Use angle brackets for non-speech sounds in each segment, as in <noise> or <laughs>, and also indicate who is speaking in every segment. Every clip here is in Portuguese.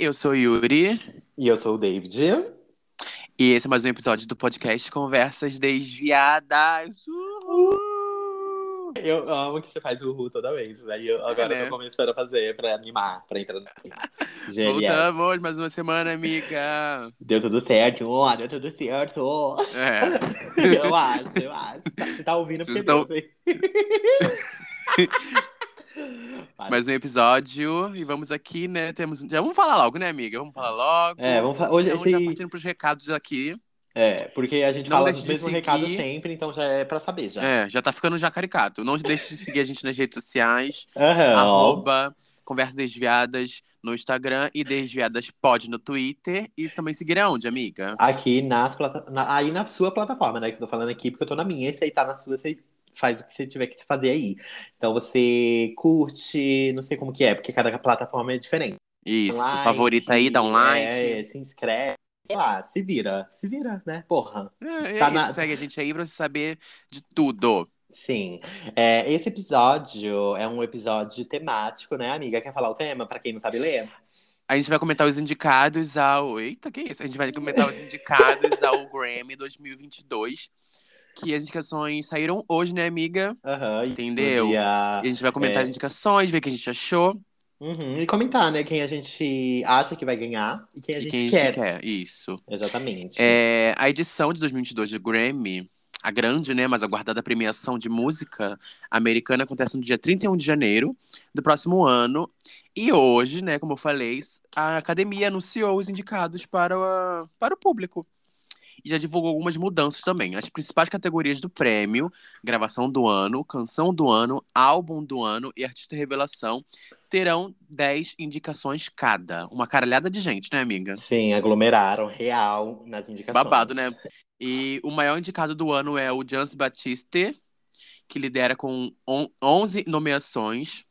Speaker 1: eu sou o Yuri
Speaker 2: E eu sou o David.
Speaker 1: e esse é mais um episódio do podcast Conversas Desviadas. Uhul!
Speaker 2: Eu amo que você faz o Ru toda vez. Aí eu, agora
Speaker 1: É, né?
Speaker 2: eu tô começando a fazer pra animar, pra entrar no
Speaker 1: <laughs>
Speaker 2: assunto. GLS.
Speaker 1: Voltamos mais uma semana, amiga.
Speaker 2: Deu tudo certo, ó, deu tudo certo. <laughs> ó.
Speaker 1: É.
Speaker 2: Eu acho, eu acho. Você tá ouvindo
Speaker 1: Vocês
Speaker 2: porque
Speaker 1: estão-
Speaker 2: Deus,
Speaker 1: <laughs>
Speaker 2: hein? Para.
Speaker 1: Mais um episódio e vamos aqui, né? Temos já vamos falar logo, né, amiga? Vamos falar logo.
Speaker 2: É, vamos falar. Hoje,
Speaker 1: então, já
Speaker 2: esse...
Speaker 1: partindo pros recados aqui.
Speaker 2: É, porque a gente
Speaker 1: Não
Speaker 2: fala
Speaker 1: deixe
Speaker 2: os
Speaker 1: de
Speaker 2: mesmos
Speaker 1: seguir.
Speaker 2: recados sempre, então já é pra saber já.
Speaker 1: É, já tá ficando já caricado. Não deixe de seguir a gente nas redes sociais.
Speaker 2: Aham, É, ó.
Speaker 1: arroba Conversa Desviadas no Instagram e Desviadas Pod no Twitter. E também seguir aonde, amiga?
Speaker 2: Aqui nas plata... na- aí na sua plataforma, né? Que eu tô falando aqui, porque eu tô na minha. Esse aí tá na sua, você faz o que você tiver que fazer aí. Então você curte, não sei como que é, porque cada plataforma é diferente.
Speaker 1: Isso,
Speaker 2: Like,
Speaker 1: favorita aí, dá um like.
Speaker 2: é, se inscreve, sei lá, se vira, se vira, né? Porra.
Speaker 1: É,
Speaker 2: Tá
Speaker 1: é
Speaker 2: na-
Speaker 1: isso, segue a gente aí pra você saber de tudo.
Speaker 2: Sim. É, esse episódio é um episódio temático, né, amiga? Quer falar o tema, pra quem não sabe ler?
Speaker 1: A gente vai comentar os indicados ao. Eita, que isso? A gente vai comentar os indicados ao
Speaker 2: <laughs>
Speaker 1: Grammy 2022. Que as indicações saíram hoje, né, amiga?
Speaker 2: Aham. e
Speaker 1: Entendeu?
Speaker 2: no dia-
Speaker 1: E a gente vai comentar
Speaker 2: É.
Speaker 1: as indicações, ver o que a gente achou
Speaker 2: Uhum, E comentar, né? Quem a gente acha que vai ganhar e quem a
Speaker 1: e
Speaker 2: gente
Speaker 1: quem a
Speaker 2: quer.
Speaker 1: gente quer. Isso.
Speaker 2: Exatamente.
Speaker 1: É, a edição de 2022 do Grammy, a grande, né, mas aguardada premiação de música americana acontece no dia 31 de janeiro do próximo ano. E hoje, né, como eu falei, a academia anunciou os indicados para, a- para o público. E já divulgou algumas mudanças também. As principais categorias do prêmio: gravação do ano, canção do ano, álbum do ano e artista revelação terão 10 indicações cada. Uma caralhada de gente, né, amiga?
Speaker 2: Sim, aglomeraram real nas indicações.
Speaker 1: Babado, né? E o maior indicado do ano é o Jans Batiste, que lidera com on- 11 nomeações,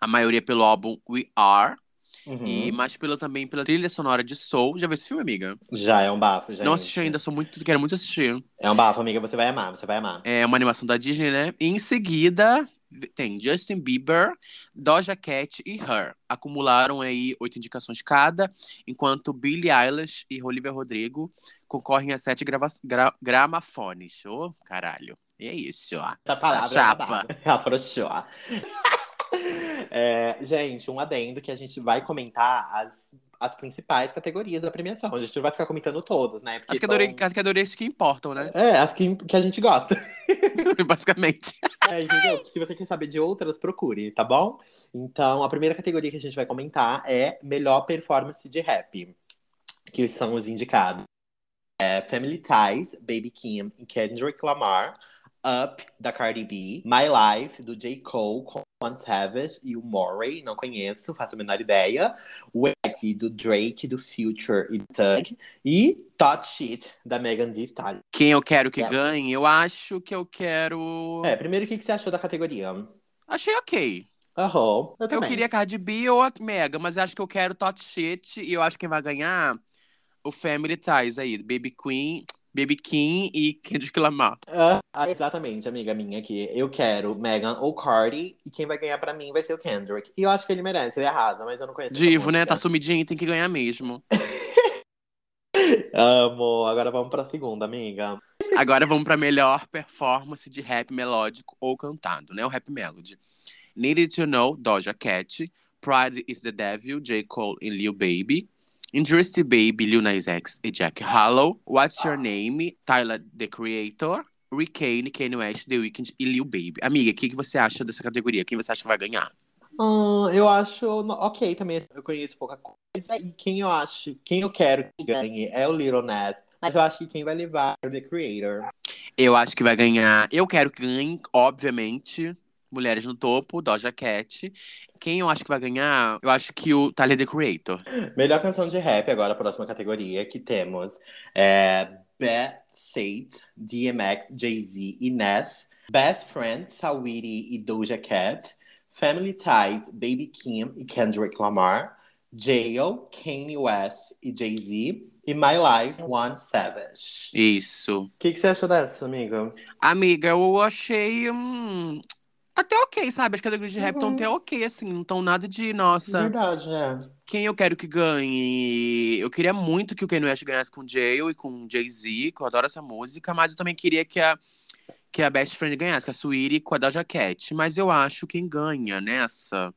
Speaker 1: a maioria pelo álbum We Are,
Speaker 2: Uhum.
Speaker 1: e mais pela também pela trilha sonora de Soul. Já viu esse filme, amiga?
Speaker 2: Já é um bafo, já.
Speaker 1: Não assisti ainda, sou muito, quero muito assistir.
Speaker 2: É um bafo, amiga, você vai amar, você vai amar.
Speaker 1: É uma animação da Disney, né? E em seguida tem Justin Bieber, Doja Cat e Her. Acumularam aí oito indicações cada, enquanto Billie Eilish e Olivia Rodrigo concorrem a sete grava- gra- gramafones. Ô, caralho. E é isso, ó.
Speaker 2: Essa palavra
Speaker 1: Chapa.
Speaker 2: é babado. <laughs> Afrouxou. É, gente, um adendo que a gente vai comentar as, as principais categorias da premiação. A gente não vai ficar comentando todas, né? Porque
Speaker 1: As categorias,
Speaker 2: são-
Speaker 1: as categorias que importam, né? <laughs>
Speaker 2: É, as que, que a gente gosta.
Speaker 1: Basicamente.
Speaker 2: É, entendeu? Se você quer saber de outras, procure, tá bom? Então, a primeira categoria que a gente vai comentar é melhor performance de rap, que são os indicados. É Family Ties, Baby Kim e Kendrick Lamar, Up, da Cardi B, My Life, do J. Cole, com One Savage e o Morey, não conheço, faço a menor ideia, Wet, do Drake, do Future e do Thug, e Touch Shit, da Megan Thee Stallion.
Speaker 1: Quem eu quero que
Speaker 2: É.
Speaker 1: ganhe, eu acho que eu quero.
Speaker 2: É, primeiro, o que que você achou da categoria?
Speaker 1: Achei ok.
Speaker 2: Aham, eu
Speaker 1: Eu
Speaker 2: também.
Speaker 1: queria Cardi B ou a Mega, mas eu acho que eu quero Tot Shit e eu acho que quem vai ganhar o Family Ties aí, Baby Queen, Baby Kim e Kendrick Lamar.
Speaker 2: Ah, ah, exatamente, amiga minha aqui. Eu quero Megan ou Cardi, e quem vai ganhar pra mim vai ser o Kendrick. E eu acho que ele merece, ele é arrasa, mas eu não conheço. essa
Speaker 1: Divo, né? Tá
Speaker 2: música. <laughs>
Speaker 1: sumidinho, tem que ganhar mesmo.
Speaker 2: Amo. Agora vamos pra segunda, amiga.
Speaker 1: Agora vamos pra melhor performance de rap melódico ou cantado, né? O rap melody. Needed to Know, Doja Cat. Pride is the Devil, J. Cole e Lil Baby. Industry Baby, Lil Nas X e Jack Harlow. What's Your Name, Tyler, The Creator. Rick Kane, Kanye West, The Weeknd e Lil Baby. Amiga, o que, que você acha dessa categoria? Quem você acha que vai ganhar?
Speaker 2: Ah, eu acho no- ok também. Eu conheço pouca coisa. E quem eu acho, quem eu quero que ganhe é o Little Nas. Mas eu acho que quem vai levar é o The Creator.
Speaker 1: Eu acho que vai ganhar. Eu quero que ganhe, obviamente. Mulheres no topo, Doja Cat. Quem eu acho que vai ganhar? Eu acho que o Tyler The Creator.
Speaker 2: Melhor canção de rap, agora a próxima categoria que temos é Bad State, DMX, Jay-Z e Ness, Best Friend, Saweetie e Doja Cat, Family Ties, Baby Kim e Kendrick Lamar, Jail, Kanye West e Jay-Z e My Life, One Savage.
Speaker 1: Isso.
Speaker 2: O que, que você achou dessa, amigo?
Speaker 1: Amiga, eu achei. hum, Até ok, sabe? As categorias de rap estão
Speaker 2: Uhum.
Speaker 1: até ok, assim. Não estão nada de, nossa,
Speaker 2: Verdade, né?
Speaker 1: quem eu quero que ganhe? Eu queria muito que o Kanye West ganhasse com Jail e com Jay-Z, que eu adoro essa música, mas eu também queria que a, que a Best Friend ganhasse, que a Sweetie com a Doja Cat. Mas eu acho quem ganha nessa.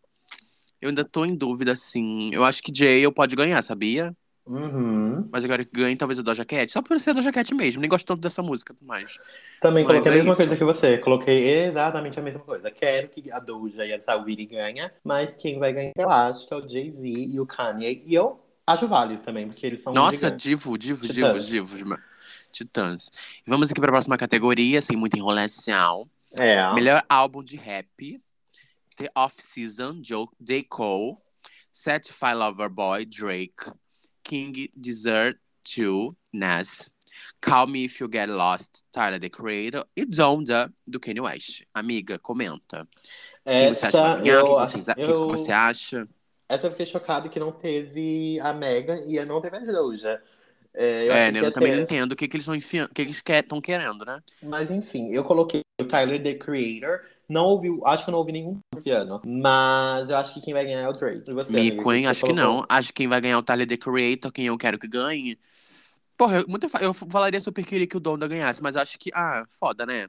Speaker 1: Eu ainda tô em dúvida, assim. Eu acho que Jail pode ganhar, sabia?
Speaker 2: Uhum.
Speaker 1: Mas eu quero que ganhe talvez a Doja Cat. Só por ser a Doja Cat mesmo. Nem gosto tanto dessa música, mas.
Speaker 2: Também
Speaker 1: Mas
Speaker 2: coloquei
Speaker 1: é
Speaker 2: a mesma
Speaker 1: isso.
Speaker 2: coisa que você. Coloquei exatamente a mesma coisa. Quero que a Doja e a Sawiri ganhem, mas quem vai ganhar, eu acho que é o Jay-Z e o Kanye. E eu acho válido também, porque eles são
Speaker 1: Nossa,
Speaker 2: gigantes.
Speaker 1: divo, divo, divo,
Speaker 2: Então, Titãs.
Speaker 1: divo. divo. Titãs. E vamos aqui pra próxima categoria, sem muita enrolação.
Speaker 2: É.
Speaker 1: Melhor álbum de rap. The Off Season, Joe J. Cole. Satisfy Lover Boy, Drake. King Desert 2, Nas. Call Me If You Get Lost, Tyler The Creator. E Donda, do Kanye West. Amiga, comenta. Quem você acha que vai ganhar?
Speaker 2: eu-
Speaker 1: Quem vocês- O que
Speaker 2: eu-
Speaker 1: você acha?
Speaker 2: Essa eu fiquei chocado que não teve a Mega e não teve a Doja. É, eu achei
Speaker 1: É,
Speaker 2: que
Speaker 1: né?
Speaker 2: ia
Speaker 1: Eu também
Speaker 2: ter.
Speaker 1: não entendo o que, que eles estão enfiando, o que, que eles estão querendo, né?
Speaker 2: Mas enfim, eu coloquei o Tyler The Creator. Não ouvi, acho que eu não ouvi nenhum esse ano. Mas eu acho que quem vai ganhar é o Drake. E você, amigo,
Speaker 1: Mico,
Speaker 2: quem
Speaker 1: hein?
Speaker 2: você
Speaker 1: Acho que
Speaker 2: colocou?
Speaker 1: não. Acho que quem vai ganhar é o Tyler The Creator, quem eu quero que ganhe. Porra, eu, muito, fa- eu falaria super queria que o Donda ganhasse, mas acho que. Ah, foda, né?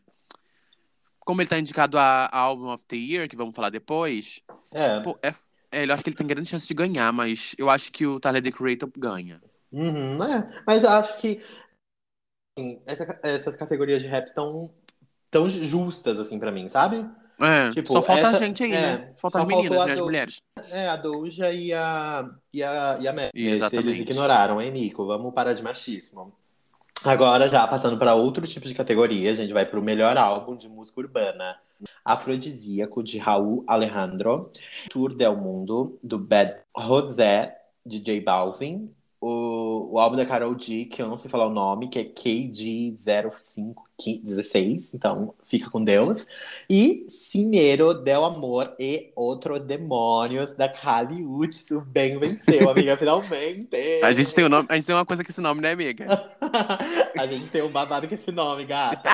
Speaker 1: Como ele tá indicado a, a Album of the Year, que vamos falar depois,
Speaker 2: É.
Speaker 1: pô, é, é, eu acho que ele tem grande chance de ganhar, mas eu acho que o Tyler The Creator ganha.
Speaker 2: Uhum, é. Mas eu acho que assim, essa- essas categorias de rap estão tão justas, assim, pra mim, sabe?
Speaker 1: É,
Speaker 2: Tipo,
Speaker 1: só falta
Speaker 2: essa-
Speaker 1: a gente aí,
Speaker 2: é,
Speaker 1: né? Falta
Speaker 2: só
Speaker 1: as meninas,
Speaker 2: faltou a
Speaker 1: né? As
Speaker 2: do-
Speaker 1: mulheres.
Speaker 2: É, a Doja e a, e a, e a Mega.
Speaker 1: E
Speaker 2: Esse Eles
Speaker 1: exatamente.
Speaker 2: ignoraram, hein, Nico? Vamos parar de machismo. Agora, já passando para outro tipo de categoria, a gente vai para o melhor álbum de música urbana. Afrodisíaco, de Raul Alejandro. Tour del Mundo, do Bad José, de J Balvin. O, o álbum da Carol G, que eu não sei falar o nome, que é KD0516, então fica com Deus. E Cineiro del Amor e Outros Demônios, da Kali Uchis. O bem venceu, amiga, finalmente!
Speaker 1: A gente, tem o nome, a gente tem uma coisa com esse nome, né, amiga?
Speaker 2: <laughs> A gente tem um babado com esse nome, gata.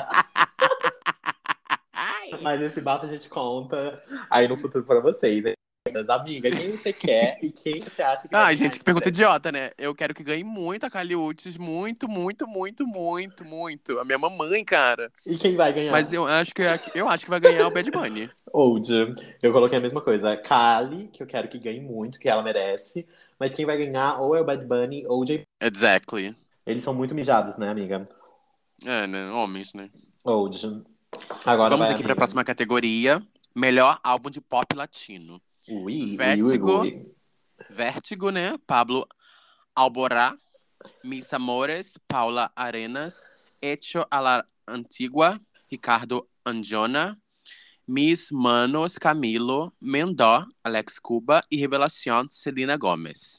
Speaker 2: Mas esse bafo a gente conta aí no futuro pra vocês, né? Das amigas, quem você quer e quem você acha que vai
Speaker 1: Ai,
Speaker 2: ganhar
Speaker 1: gente,
Speaker 2: esse
Speaker 1: que pergunta
Speaker 2: prêmio.
Speaker 1: idiota, né? Eu quero que ganhe muito a Caliutes, muito, muito, muito, muito, muito. A minha mamãe, cara.
Speaker 2: E quem vai ganhar?
Speaker 1: Mas eu acho que é eu acho que vai ganhar o Bad Bunny.
Speaker 2: Old. Eu coloquei a mesma coisa. Kali, que eu quero que ganhe muito, que ela merece. Mas quem vai ganhar ou é o Bad Bunny ou o J.
Speaker 1: Exactly.
Speaker 2: Eles são muito mijados, né, amiga?
Speaker 1: É, né? Homens, né?
Speaker 2: Old. Agora
Speaker 1: Vamos
Speaker 2: vai,
Speaker 1: aqui pra
Speaker 2: amiga.
Speaker 1: próxima categoria. Melhor álbum de pop latino.
Speaker 2: Ui, ui, ui,
Speaker 1: Vertigo.
Speaker 2: ui.
Speaker 1: Vértigo, né? Pablo Alborá, Miss Amores, Paula Arenas, Hecho a la Antigua, Ricardo Anjona, Miss Manos, Camilo, Mendó, Alex Cuba e Revelación, Celina Gomes.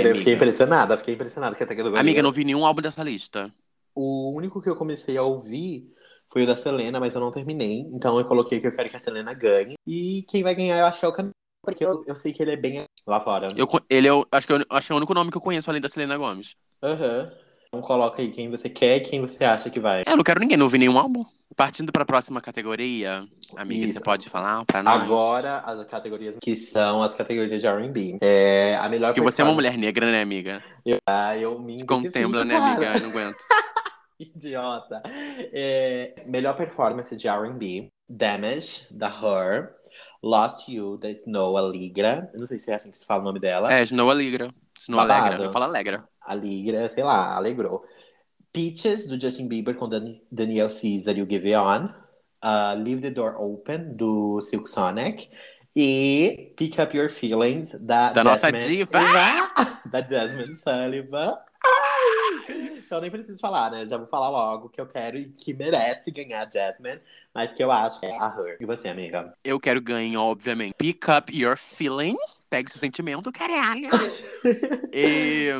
Speaker 1: Minha
Speaker 2: eu fiquei
Speaker 1: amiga.
Speaker 2: impressionada, fiquei impressionada com essa categoria.
Speaker 1: Amiga, não vi nenhum álbum dessa lista.
Speaker 2: O único que eu comecei a ouvir foi o da Selena, mas eu não terminei. Então eu coloquei que eu quero que a Selena ganhe. E quem vai ganhar eu acho que é o Camilo, porque eu, eu sei que ele é bem lá fora.
Speaker 1: Eu, co- ele é o, acho, que é o, acho que é o único nome que eu conheço além da Celina Gomes.
Speaker 2: Aham. Então coloca aí quem você quer e quem você acha que vai.
Speaker 1: É, Eu não quero ninguém, não ouvi nenhum álbum. Partindo pra próxima categoria, amiga,
Speaker 2: Isso.
Speaker 1: você pode falar pra nós?
Speaker 2: Agora, as categorias que são as categorias de R&B. É, a melhor
Speaker 1: Porque você é uma
Speaker 2: performance-
Speaker 1: mulher negra, né, amiga?
Speaker 2: Ah, eu me
Speaker 1: Te contempla, né,
Speaker 2: identifico,
Speaker 1: amiga?
Speaker 2: cara.
Speaker 1: Eu não aguento.
Speaker 2: <laughs> Idiota. É, melhor performance de R&B. Damage, da Her. Lost You, da Snow Aligra. Eu não sei se é assim que se fala o nome dela.
Speaker 1: É, Snow Alegra. Snow
Speaker 2: Babado.
Speaker 1: Alegra. Eu falo Alegra.
Speaker 2: Aligra, sei lá, alegrou. Peaches, do Justin Bieber com Dan Daniel Caesar e o Give It On. Ah, Leave the Door Open, do Silk Sonic. E Pick Up Your Feelings, da,
Speaker 1: Da nossa
Speaker 2: Jasmine-
Speaker 1: diva!
Speaker 2: Ah! <laughs> Da Jasmine Sullivan. Ai! Então nem preciso falar, né? Já vou falar logo que eu quero e que merece ganhar a Jasmine, mas que eu acho que é a Her. E você, amiga?
Speaker 1: Eu quero ganhar, obviamente. Pick up your feeling. Pegue seu sentimento, caralho. e.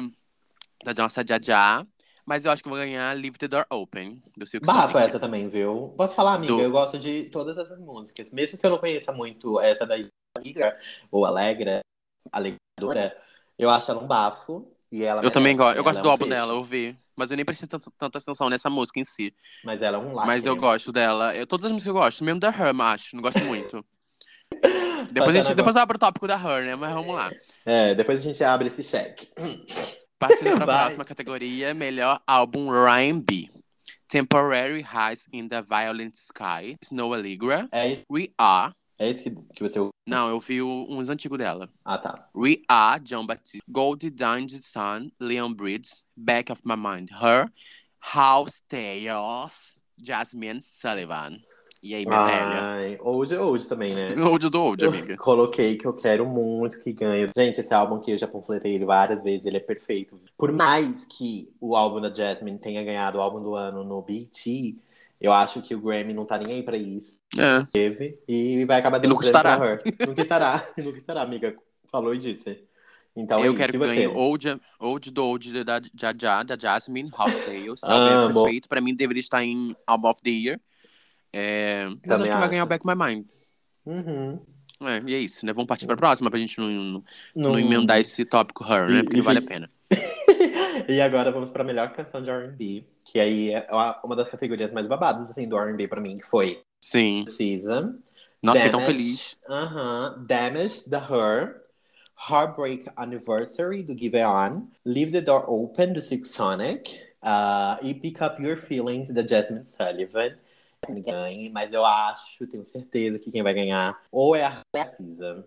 Speaker 1: Da nossa Jaja. Mas eu acho que eu vou ganhar Leave the Door Open, do Silk
Speaker 2: Bafa
Speaker 1: Sonic.
Speaker 2: essa também, viu? Posso falar, amiga?
Speaker 1: Do-
Speaker 2: Eu gosto de todas essas músicas. Mesmo que eu não conheça muito essa da Alegra, ou Alegra, Alegradora, eu acho ela um bafo. E ela
Speaker 1: Eu também
Speaker 2: merece,
Speaker 1: gosto. Eu
Speaker 2: ela
Speaker 1: gosto
Speaker 2: é
Speaker 1: do
Speaker 2: um
Speaker 1: álbum
Speaker 2: fecho.
Speaker 1: dela, eu ouvi. Mas eu nem prestei tanta, tanta atenção nessa música em si.
Speaker 2: Mas ela é um like.
Speaker 1: Mas eu gosto dela. Eu, todas as músicas eu gosto, mesmo da Her, acho. Não gosto muito.
Speaker 2: <laughs>
Speaker 1: depois, a gente,
Speaker 2: Fazendo
Speaker 1: depois eu abro o tópico da Her, né? Mas vamos lá.
Speaker 2: É, depois a gente abre esse cheque. <clears throat>
Speaker 1: Partindo para
Speaker 2: <laughs> Vai.
Speaker 1: a próxima categoria, melhor álbum R&B. Temporary Highs in the Violent Sky, Snow Allegra,
Speaker 2: É isso,
Speaker 1: We Are.
Speaker 2: é isso que, que você.
Speaker 1: Não, eu vi o- uns antigos dela.
Speaker 2: Ah, tá.
Speaker 1: We Are, John Baptiste, Goldie Dine Sun, Leon Bridges, Back of My Mind, Her, House Tales, Jasmine Sullivan. E aí, minha velha?
Speaker 2: Ai, hoje, hoje também, né?
Speaker 1: Old do old,
Speaker 2: Ah. Eu
Speaker 1: amiga.
Speaker 2: Coloquei que eu quero muito que ganhe. Gente, esse álbum aqui eu já panfletei ele várias vezes, ele é perfeito. Por mais que o álbum da Jasmine tenha ganhado o álbum do ano no BT, eu acho que o Grammy não tá nem aí pra isso.
Speaker 1: É.
Speaker 2: Teve e vai acabar dando
Speaker 1: E nunca
Speaker 2: prêmio pra
Speaker 1: estará.
Speaker 2: Her. Nunca estará, <laughs> nunca estará, amiga. Falou e disse. Então, é
Speaker 1: Eu
Speaker 2: isso,
Speaker 1: quero
Speaker 2: e
Speaker 1: que
Speaker 2: você?
Speaker 1: ganhe Old, old do Old da, da, da, da Jasmine, House Tales.
Speaker 2: Amo.
Speaker 1: Album é perfeito. Pra mim, deveria estar em Album of the Year. É, mas acho
Speaker 2: Também
Speaker 1: que vai ganhar o
Speaker 2: acho.
Speaker 1: Back of My Mind.
Speaker 2: Uhum.
Speaker 1: É, e é isso, né? Vamos partir pra próxima pra gente não, não,
Speaker 2: Não-
Speaker 1: emendar esse tópico her,
Speaker 2: E-
Speaker 1: né? Porque
Speaker 2: e
Speaker 1: não vale a
Speaker 2: fica-
Speaker 1: pena.
Speaker 2: <laughs> E agora vamos pra melhor canção de R&B, que aí é uma- uma das categorias mais babadas assim, do R&B pra mim, que foi
Speaker 1: Sim.
Speaker 2: Season,
Speaker 1: Nossa, fiquei tão
Speaker 2: Damage.
Speaker 1: feliz.
Speaker 2: Aham. Damage, da uh-huh. Her. Heartbreak Anniversary, do Give It On. Leave the Door Open, do Six Sonic. ah, e Pick Up Your Feelings, da Jasmine Sullivan. Jasmine Ganhe, mas eu acho, tenho certeza que quem vai ganhar ou é a Her Cisa.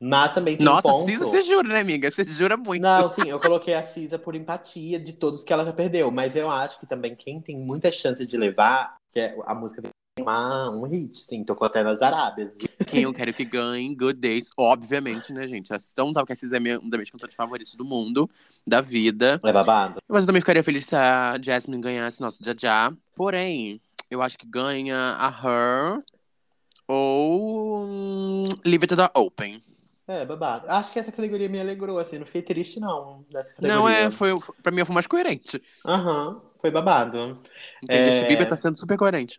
Speaker 2: Mas também tem
Speaker 1: Nossa,
Speaker 2: um ponto...
Speaker 1: Cisa, você jura, né, amiga? Você jura muito.
Speaker 2: Não, sim, eu coloquei a Cisa por empatia de todos que ela já perdeu. Mas eu acho que também quem tem muita chance de levar, que é a música tem uma, um hit, sim, tocou até nas Arábias. <laughs>
Speaker 1: Quem eu quero que ganhe, Good Days, obviamente, né, gente? Então, sabe que a Cisa é minha- uma das minhas cantoras favoritas do mundo, da vida.
Speaker 2: É babado?
Speaker 1: Mas eu também ficaria feliz se a Jasmine ganhasse nosso Jajá. Porém, eu acho que ganha a Her ou hum, Leave It All Open.
Speaker 2: É, babado. Acho que essa categoria me alegrou, assim, não fiquei triste, não, dessa categoria.
Speaker 1: Não, é, foi, pra mim foi mais coerente.
Speaker 2: Aham, foi babado.
Speaker 1: Entende?
Speaker 2: É.
Speaker 1: Esse Bieber tá sendo super coerente.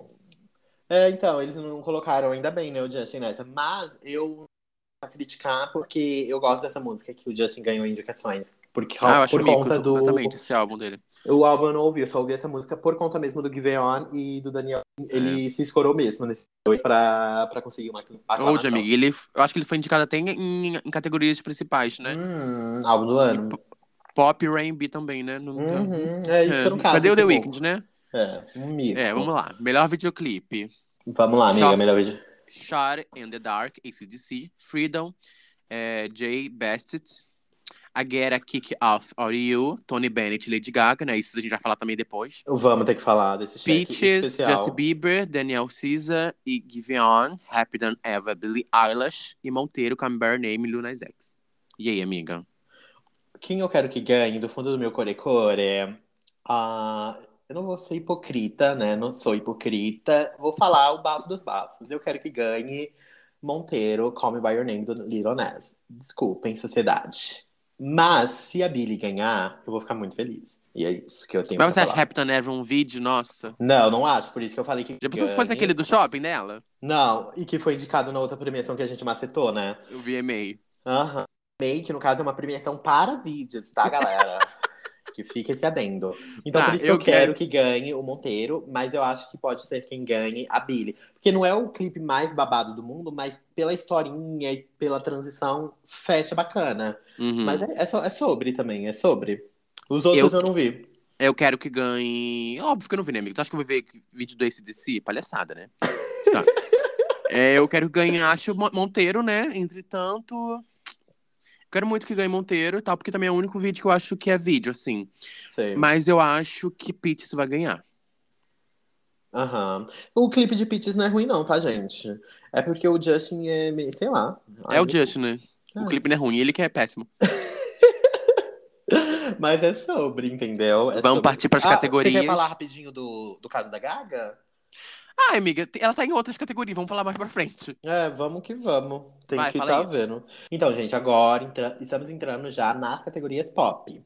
Speaker 2: É, então, eles não colocaram ainda bem, né, o Justin nessa. Mas eu vou criticar porque eu gosto dessa música que o Justin ganhou indicações. Porque
Speaker 1: Ah, eu acho
Speaker 2: Tá, por conta
Speaker 1: mico
Speaker 2: do.
Speaker 1: completamente esse álbum dele.
Speaker 2: O álbum eu não ouvi, eu só ouvi essa música por conta mesmo do Giveon e do Daniel. Ele
Speaker 1: É.
Speaker 2: se escorou mesmo nesse dois pra, pra conseguir uma aclamação.
Speaker 1: Old, amiga, ele, eu acho que ele foi indicado até em, em- em categorias principais, né?
Speaker 2: Hum, álbum do ano.
Speaker 1: Pop e R&B também, né? Não-
Speaker 2: Uhum, é isso que eu não
Speaker 1: É.
Speaker 2: caso.
Speaker 1: Cadê o
Speaker 2: esse
Speaker 1: The
Speaker 2: povo.
Speaker 1: Weeknd, né?
Speaker 2: É, um mico.
Speaker 1: É, vamos lá. Melhor videoclipe.
Speaker 2: Vamos lá, amiga,
Speaker 1: Só-
Speaker 2: melhor vídeo.
Speaker 1: Shot in the Dark, ACDC, Freedom, é, Jay Bestit, I Get a Kick Off Out of You, Tony Bennett, Lady Gaga, né? Isso a gente vai falar também depois.
Speaker 2: Vamos ter é que falar desse cheque
Speaker 1: Peaches,
Speaker 2: especial.
Speaker 1: Justin Bieber, Daniel Caesar e Give It On, Happy Than Ever, Billie Eilish e Monteiro, Camber Name, Luna X. E aí, amiga?
Speaker 2: Quem eu quero que ganhe do fundo do meu corecore? Ah, eu não vou ser hipocrita, né? Não sou hipocrita. Vou falar o bafo dos bafos. Eu quero que ganhe Monteiro, Call Me By Your Name do Little Nas. Desculpem, sociedade. Mas se a Billy ganhar, eu vou ficar muito feliz. E é isso que eu tenho
Speaker 1: Mas você
Speaker 2: pra
Speaker 1: acha
Speaker 2: falar.
Speaker 1: Happy Than Ever um vídeo? Nossa.
Speaker 2: Não, não acho. Por isso que eu falei que
Speaker 1: Já pensou se
Speaker 2: ganhe.
Speaker 1: fosse aquele do shopping dela?
Speaker 2: Não, e que foi indicado na outra premiação que a gente macetou, né?
Speaker 1: O VMA.
Speaker 2: Aham. Make, no caso, é uma premiação para vídeos,
Speaker 1: <laughs>
Speaker 2: tá, galera? que fica esse adendo. Então,
Speaker 1: Tá,
Speaker 2: por isso que eu
Speaker 1: eu
Speaker 2: quero
Speaker 1: quero-
Speaker 2: que ganhe o Monteiro, mas eu acho que pode ser quem ganhe a Billy. Porque não é o clipe mais babado do mundo, mas pela historinha e pela transição, fecha bacana.
Speaker 1: Uhum.
Speaker 2: Mas é, é so- é sobre também, é sobre. Os outros eu,
Speaker 1: Eu-
Speaker 2: não vi.
Speaker 1: Eu quero que ganhe. Óbvio que eu não vi, né, amigo? Tu acha que eu vou ver vídeo do ACDC? Palhaçada, né? Tá. É, eu quero que ganhe, acho, Mon- Monteiro, né? Entretanto. Quero muito que ganhe Monteiro e tal, porque também é o único vídeo que eu acho que é vídeo, assim.
Speaker 2: Sei.
Speaker 1: Mas eu acho que Pitts vai ganhar.
Speaker 2: Aham. O clipe de Peaches não é ruim, não, tá, gente? É porque o Justin é meio, sei lá.
Speaker 1: é o Justin, né?
Speaker 2: Ah.
Speaker 1: O clipe não é ruim, ele que é péssimo.
Speaker 2: Mas é sobre, entendeu? É
Speaker 1: Vamos
Speaker 2: sobre.
Speaker 1: partir pras
Speaker 2: Ah,
Speaker 1: categorias.
Speaker 2: Você quer falar rapidinho do, do caso da Gaga?
Speaker 1: Ai, amiga, ela tá em outras categorias, vamos falar mais pra frente.
Speaker 2: É, vamos que vamos. Tem
Speaker 1: Vai,
Speaker 2: que
Speaker 1: fala
Speaker 2: tá
Speaker 1: aí.
Speaker 2: vendo. Então, gente, agora entra- estamos entrando já nas categorias pop.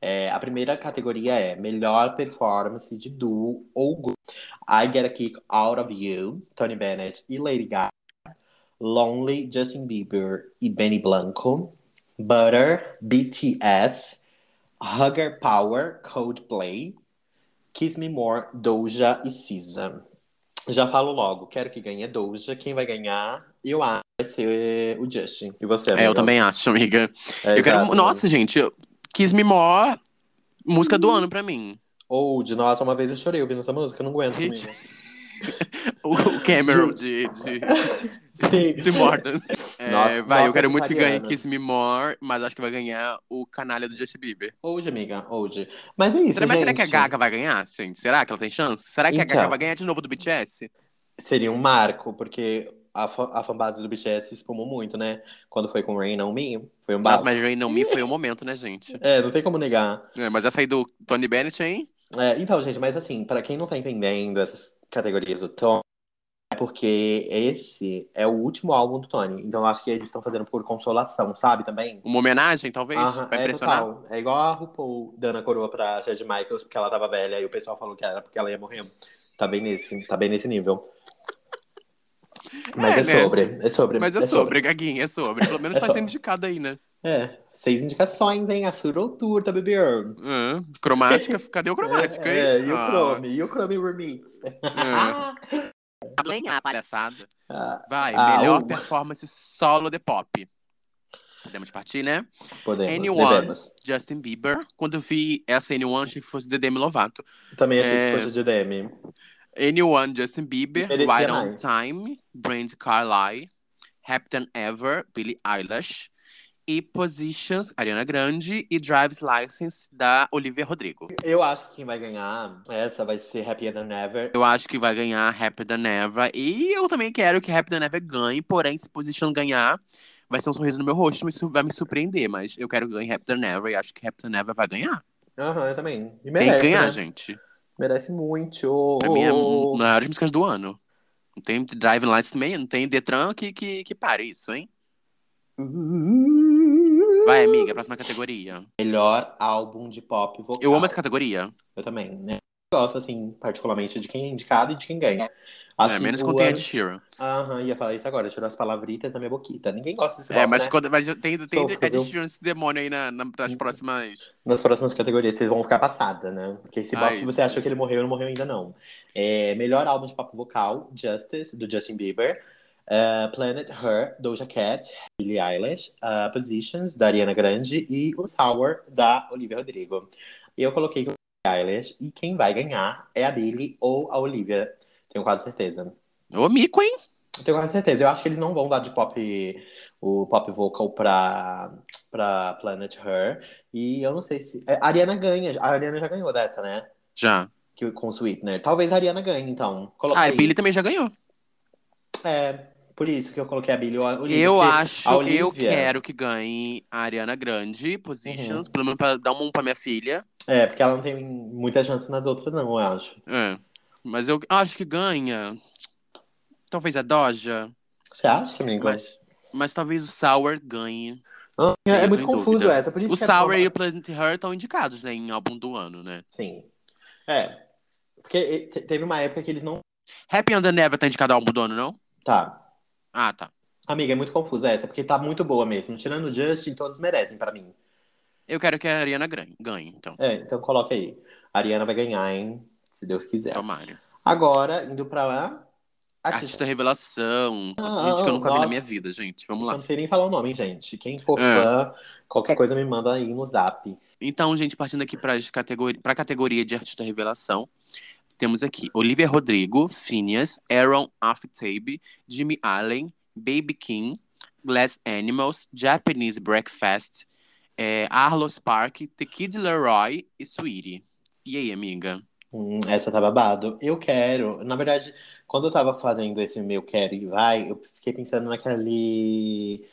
Speaker 2: É, a primeira categoria é melhor performance de duo ou grupo. I Get a Kick Out of You, Tony Bennett e Lady Gaga. Lonely, Justin Bieber e Benny Blanco. Butter, BTS. Hugger Power, Coldplay. Kiss Me More, Doja e Cisa. Já falo logo, quero que ganhe Doja. Quem vai ganhar? Eu acho que vai ser o Justin. E você,
Speaker 1: É,
Speaker 2: amiga?
Speaker 1: eu também acho, amiga.
Speaker 2: É,
Speaker 1: eu quero.
Speaker 2: exato.
Speaker 1: Nossa, gente, eu- Kiss Me More, música
Speaker 2: Uhum.
Speaker 1: do ano pra mim.
Speaker 2: Ou de nossa, uma vez eu chorei ouvindo essa música, eu não aguento.
Speaker 1: Gente.
Speaker 2: amiga.
Speaker 1: O, o Cameron de, de,
Speaker 2: <laughs>
Speaker 1: <laughs>
Speaker 2: Sim.
Speaker 1: de Morton. É,
Speaker 2: Nossa,
Speaker 1: vai, eu
Speaker 2: nossa,
Speaker 1: quero muito que ganhe
Speaker 2: italianos.
Speaker 1: Kiss Me More, mas acho que vai ganhar o canalha do Justin Bieber.
Speaker 2: Hoje, amiga, hoje. Mas é isso,
Speaker 1: Será, mas será que a
Speaker 2: gente.
Speaker 1: Gaga vai ganhar, gente? Será que ela tem chance? Será que a Gaga
Speaker 2: Então.
Speaker 1: vai ganhar de novo do BTS?
Speaker 2: Seria um marco, porque a, fa- a fanbase do BTS espumou muito, né? Quando foi com Rain On Me, foi um
Speaker 1: Nossa,
Speaker 2: bafo.
Speaker 1: mas Rain Não Me foi o momento, né, gente?
Speaker 2: É, não tem como negar.
Speaker 1: É, mas essa aí do Tony Bennett, hein?
Speaker 2: É, então, gente, mas assim, pra quem não tá entendendo essas categorias do Tony, é porque esse é o último álbum do Tony. Então eu acho que eles estão fazendo por consolação, sabe, também?
Speaker 1: Uma homenagem, talvez?
Speaker 2: Aham,
Speaker 1: vai
Speaker 2: é
Speaker 1: impressionar?
Speaker 2: total. É igual a RuPaul dando a coroa pra Jade Michaels, porque ela tava velha, e o pessoal falou que era porque ela ia morrer. Tá bem nesse, tá bem nesse nível. Mas é,
Speaker 1: É, né?
Speaker 2: sobre, é sobre.
Speaker 1: Mas é sobre, Gaguinha, é sobre. Pelo menos
Speaker 2: É
Speaker 1: tá
Speaker 2: sobre.
Speaker 1: sendo indicado aí, né?
Speaker 2: É, seis indicações, hein? A Surotur, tá, bebê?
Speaker 1: Ah, cromática, cadê o cromática, hein?
Speaker 2: É, é, e o
Speaker 1: Ah,
Speaker 2: Chrome, e o Chrome Remix.
Speaker 1: ah.
Speaker 2: <laughs>
Speaker 1: Além a palhaçada.
Speaker 2: Ah,
Speaker 1: Vai,
Speaker 2: Ah,
Speaker 1: melhor
Speaker 2: o-
Speaker 1: performance solo de pop. Podemos partir, né?
Speaker 2: podemos,
Speaker 1: Anyone.
Speaker 2: devemos.
Speaker 1: Justin Bieber. Quando eu vi essa N1, achei que fosse The Demi Lovato.
Speaker 2: Também achei
Speaker 1: É.
Speaker 2: que fosse de DM.
Speaker 1: N1, Justin Bieber.
Speaker 2: Merecia
Speaker 1: Right on
Speaker 2: mais.
Speaker 1: Time. Brand Carlyle. Happy Than Ever. Billie Eilish. E Positions, Ariana Grande. E Drive's License, da Olivia Rodrigo.
Speaker 2: Eu acho que quem vai ganhar essa vai ser Happier Than Ever.
Speaker 1: Eu acho que vai ganhar Happy Than Ever. E eu também quero que Happy Than Ever ganhe. Porém, se Position ganhar, vai ser um sorriso no meu rosto. mas Isso vai me surpreender. Mas eu quero que ganhe Happy Than Ever. E acho que Happy Than Ever vai ganhar.
Speaker 2: Aham, eu também. E
Speaker 1: Tem
Speaker 2: merece,
Speaker 1: que ganhar,
Speaker 2: né?
Speaker 1: gente.
Speaker 2: Merece muito.
Speaker 1: Pra mim, é uma das maiores músicas do ano. Não tem Drive Lights também. Não tem Detran que, que, que pare isso, hein? Vai, amiga. Próxima categoria.
Speaker 2: Melhor álbum de pop vocal.
Speaker 1: Eu amo essa categoria.
Speaker 2: Eu também, né? Gosto, assim, particularmente de quem é indicado e de quem ganha. Acho
Speaker 1: É,
Speaker 2: que
Speaker 1: menos
Speaker 2: o
Speaker 1: quando tem a
Speaker 2: ano-
Speaker 1: de Sheeran.
Speaker 2: Aham, ia falar isso agora, tirou as palavritas da minha boquita. Ninguém gosta desse
Speaker 1: É,
Speaker 2: voto,
Speaker 1: mas,
Speaker 2: né?
Speaker 1: quando, mas tem, tem
Speaker 2: Sofro,
Speaker 1: a de
Speaker 2: viu?
Speaker 1: Sheeran, esse demônio aí na, na-
Speaker 2: Hum.
Speaker 1: nas próximas...
Speaker 2: Nas próximas categorias, vocês vão ficar passada, né? Porque esse
Speaker 1: Ai,
Speaker 2: bofe você achou que ele morreu, não morreu ainda, não. É, melhor álbum de pop vocal, Justice, do Justin Bieber. Uh, Planet Her, Doja Cat, Billie Eilish. Uh, Positions, da Ariana Grande. E O Sour, da Olivia Rodrigo. Eu coloquei que o Billie Eilish. E quem vai ganhar é a Billie ou a Olivia. Tenho quase certeza.
Speaker 1: Ô, mico, hein?
Speaker 2: Eu Tenho quase certeza. Eu acho que eles não vão dar de pop o pop vocal pra, pra Planet Her. E eu não sei se. é, A Ariana ganha. A Ariana já ganhou dessa, né?
Speaker 1: Já.
Speaker 2: Que, com o Sweetener. Talvez a Ariana ganhe, então. Coloquei.
Speaker 1: Ah, a Billy também já ganhou.
Speaker 2: É, por isso que eu coloquei a Billy. ou a Olivia,
Speaker 1: eu
Speaker 2: porque
Speaker 1: acho,
Speaker 2: a
Speaker 1: eu
Speaker 2: Olivia-
Speaker 1: quero que ganhe a Ariana Grande, Positions,
Speaker 2: Uhum.
Speaker 1: pelo menos pra dar um pra minha filha.
Speaker 2: É, porque ela não tem muita chance nas outras, não, eu acho.
Speaker 1: É. Mas eu acho que ganha. Talvez a Doja.
Speaker 2: Você acha, amigo?
Speaker 1: Mas, mas talvez o Sour ganhe.
Speaker 2: Ah, é,
Speaker 1: eu tô
Speaker 2: muito
Speaker 1: em
Speaker 2: confuso
Speaker 1: dúvida.
Speaker 2: essa. Por isso
Speaker 1: O
Speaker 2: que é
Speaker 1: Sour
Speaker 2: bom-
Speaker 1: e o Planet Her estão indicados, né? Em álbum do ano, né?
Speaker 2: Sim. É. Porque eh, te- teve uma época que eles não.
Speaker 1: Happy and the Never tá indicado ao álbum do ano, não?
Speaker 2: Tá.
Speaker 1: Ah, tá.
Speaker 2: Amiga, é muito confusa essa, porque tá muito boa mesmo. Tirando o Justin, todos merecem pra mim.
Speaker 1: Eu quero que a Ariana gran- ganhe, então.
Speaker 2: É, então coloca aí. A Ariana vai ganhar, hein? Se Deus quiser.
Speaker 1: Tomara.
Speaker 2: Agora, indo pra lá.
Speaker 1: Artista Revelação.
Speaker 2: Ah,
Speaker 1: gente que eu nunca vi na
Speaker 2: nossa.
Speaker 1: minha vida, gente. Vamos
Speaker 2: Eu
Speaker 1: lá.
Speaker 2: não sei nem falar o nome, hein, gente. Quem for
Speaker 1: É.
Speaker 2: fã, qualquer coisa me manda aí no zap.
Speaker 1: Então, gente, partindo aqui para categori a categoria de artista revelação, temos aqui Olivia Rodrigo, Phineas, Aaron Aftabe, Jimmy Allen, Baby King, Glass Animals, Japanese Breakfast, eh, Arlo Spark, The Kid Leroy e Sweetie. E aí, amiga?
Speaker 2: Hum, essa tá babado. Eu quero. Na verdade, quando eu tava fazendo esse meu quero e vai, eu fiquei pensando naquele.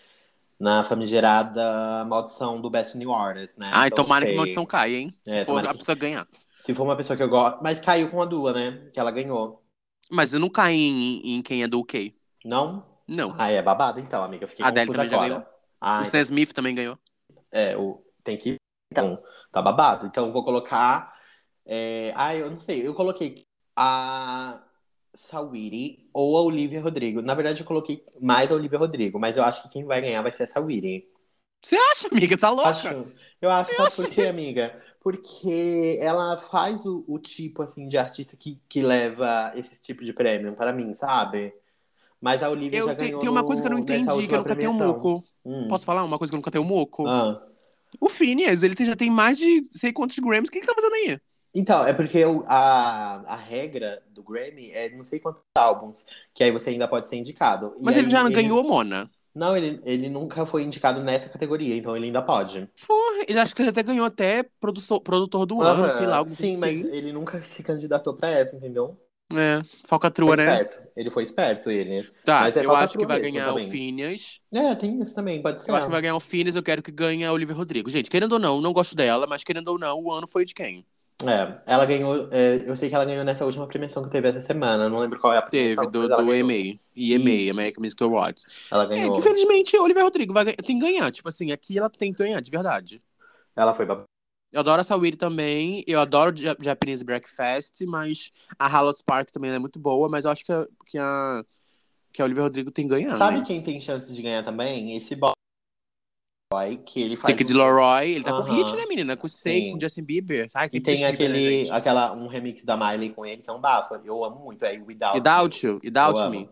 Speaker 2: Na famigerada maldição do Best New Artist, né?
Speaker 1: Ai,
Speaker 2: Então,
Speaker 1: tomara que a
Speaker 2: sei.
Speaker 1: maldição caia, hein? Se
Speaker 2: É,
Speaker 1: for,
Speaker 2: tomara
Speaker 1: a
Speaker 2: que-
Speaker 1: pessoa ganhar.
Speaker 2: Se for uma pessoa que eu gosto. Mas caiu com a Dua, né? Que ela ganhou.
Speaker 1: Mas eu não caí em, em quem é do UK.
Speaker 2: Não?
Speaker 1: Não.
Speaker 2: Ah, é babado então, amiga. Fiquei
Speaker 1: A Adele
Speaker 2: confusa
Speaker 1: também já
Speaker 2: agora. Ah,
Speaker 1: o Sam Smith também ganhou.
Speaker 2: é, o... tem que. Então, tá babado. Então, eu vou colocar. é, Ah, eu não sei. Eu coloquei a Sawiri ou a Olivia Rodrigo. Na verdade, eu coloquei mais a Olivia Rodrigo, mas eu acho que quem vai ganhar vai ser a Sawiri.
Speaker 1: Você acha, amiga? Tá louca?
Speaker 2: Acho. Eu acho,
Speaker 1: Eu
Speaker 2: sabe
Speaker 1: sei.
Speaker 2: por quê, amiga? Porque ela faz o, o tipo, assim, de artista que, que leva esse tipo de prêmio, para mim, sabe? Mas a Olivia
Speaker 1: Eu
Speaker 2: já
Speaker 1: te-
Speaker 2: ganhou
Speaker 1: tem uma coisa que eu não
Speaker 2: no- nessa
Speaker 1: entendi, que eu
Speaker 2: última
Speaker 1: nunca tenho um
Speaker 2: premiação.
Speaker 1: moco.
Speaker 2: Hum.
Speaker 1: Posso falar uma coisa que eu nunca tenho um moco?
Speaker 2: Ah.
Speaker 1: O Phineas, ele tem- já tem mais de sei quantos Grammys. O que ele tá fazendo aí?
Speaker 2: Então, é porque o- a, a regra do Grammy é não sei quantos álbuns, que aí você ainda pode ser indicado. E
Speaker 1: Mas ele
Speaker 2: aí
Speaker 1: já não ganhou, Mona.
Speaker 2: Não, ele, ele nunca foi indicado nessa categoria, então ele ainda pode.
Speaker 1: Porra, ele acho que ele até ganhou até produção- produtor do Um ano,
Speaker 2: Aham,
Speaker 1: sei lá, algo
Speaker 2: Sim, mas
Speaker 1: assim.
Speaker 2: ele nunca <laughs> se candidatou pra essa, entendeu?
Speaker 1: É, falcatrua,
Speaker 2: Foi
Speaker 1: né?
Speaker 2: esperto. Ele foi esperto, ele.
Speaker 1: Tá,
Speaker 2: Mas é
Speaker 1: eu acho que
Speaker 2: falcatrua
Speaker 1: vai
Speaker 2: mesmo
Speaker 1: ganhar o
Speaker 2: também.
Speaker 1: Phineas.
Speaker 2: É, tem isso também, pode ser.
Speaker 1: Eu acho que vai ganhar o Phineas, eu quero que ganhe a Olivia Rodrigo. Gente, querendo ou não, não gosto dela, mas querendo ou não, o ano foi de quem?
Speaker 2: É, ela ganhou. é, eu sei que ela ganhou nessa última premiação que teve essa semana. Não lembro qual é a
Speaker 1: Teve,
Speaker 2: premiação.
Speaker 1: do,
Speaker 2: mas ela
Speaker 1: do
Speaker 2: ganhou.
Speaker 1: EMA. E EMA,
Speaker 2: Isso.
Speaker 1: American Musical Awards.
Speaker 2: Ela
Speaker 1: É, que
Speaker 2: ganhou.
Speaker 1: infelizmente a Olivia Rodrigo vai ganhar- tem que ganhar. Tipo assim, aqui ela tem que ganhar, de verdade.
Speaker 2: Ela foi babada.
Speaker 1: Eu adoro a Sawiri também, eu adoro Ja- Japanese Breakfast, mas a Hallows Park também é muito boa, mas eu acho que a, que a, que a Olivia Rodrigo tem que ganhar,
Speaker 2: Sabe
Speaker 1: né?
Speaker 2: quem tem chance de ganhar também? Esse boy que ele faz. um-
Speaker 1: Tem que de Leroy, ele tá com
Speaker 2: Aham.
Speaker 1: hit, né, menina? Com o Stay,
Speaker 2: Sim.
Speaker 1: com o Justin Bieber. Ai,
Speaker 2: E
Speaker 1: sempre
Speaker 2: tem
Speaker 1: Justin Bieber, né,
Speaker 2: aquele,
Speaker 1: gente?
Speaker 2: aquela, um remix da Miley com ele, que é um bafo. Eu amo muito. É Without.
Speaker 1: Without You, Without
Speaker 2: Eu
Speaker 1: Me.
Speaker 2: amo.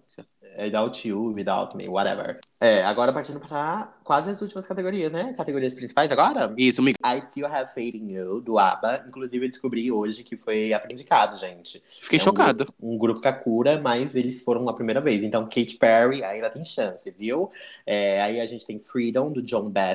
Speaker 2: É Without You, Without Me, whatever. É, agora partindo pra quase as últimas categorias, né? Categorias principais agora.
Speaker 1: Isso, amiga.
Speaker 2: I Still Have Faith in You, do ABBA. Inclusive, eu descobri hoje que foi aprendicado, gente.
Speaker 1: Fiquei
Speaker 2: É um
Speaker 1: chocado.
Speaker 2: grupo- Um grupo Kakura, mas eles foram a primeira vez. Então, Katy Perry ainda tem chance, viu? É, aí a gente tem Freedom, do John Bassett.